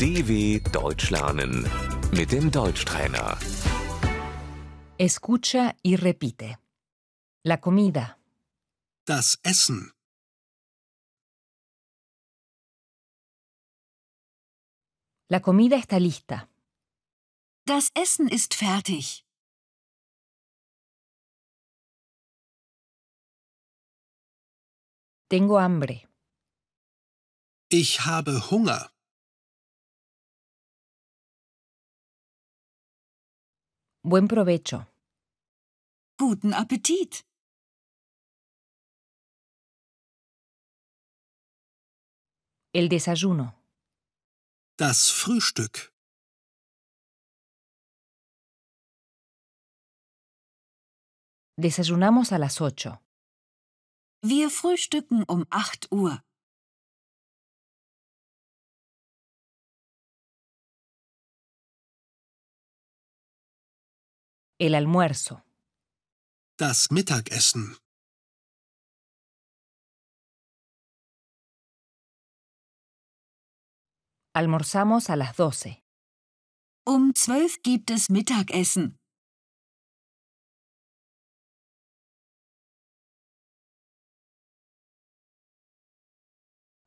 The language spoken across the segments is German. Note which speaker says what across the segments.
Speaker 1: DW Deutsch lernen mit dem Deutschtrainer.
Speaker 2: Escucha y repite. La comida,
Speaker 3: Das Essen,
Speaker 2: la comida está lista.
Speaker 4: Das Essen ist fertig.
Speaker 2: Tengo hambre.
Speaker 3: ich habe Hunger,
Speaker 2: Buen provecho.
Speaker 4: Guten Appetit.
Speaker 2: El desayuno,
Speaker 3: das Frühstück,
Speaker 2: desayunamos a las 8.
Speaker 4: Wir frühstücken um 8 Uhr.
Speaker 2: El almuerzo,
Speaker 3: das Mittagessen,
Speaker 2: almorzamos a las 12.
Speaker 4: Um 12 gibt es Mittagessen.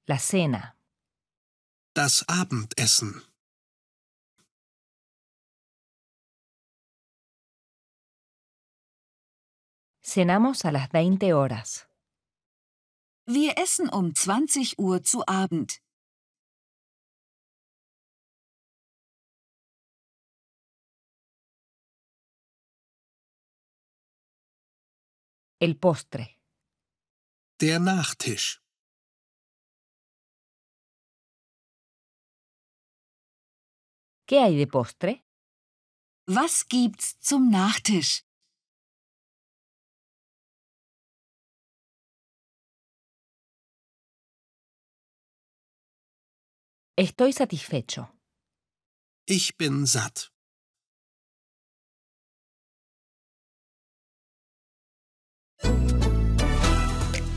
Speaker 2: La cena,
Speaker 3: das Abendessen,
Speaker 2: cenamos a las 20 horas.
Speaker 4: Wir essen um 20 Uhr zu Abend.
Speaker 2: El postre,
Speaker 3: der Nachtisch,
Speaker 2: ¿qué hay de postre?
Speaker 4: Was gibt's zum Nachtisch?
Speaker 2: Estoy satisfecho.
Speaker 3: ich bin satt.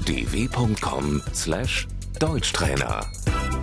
Speaker 1: dw.com/deutschtrainer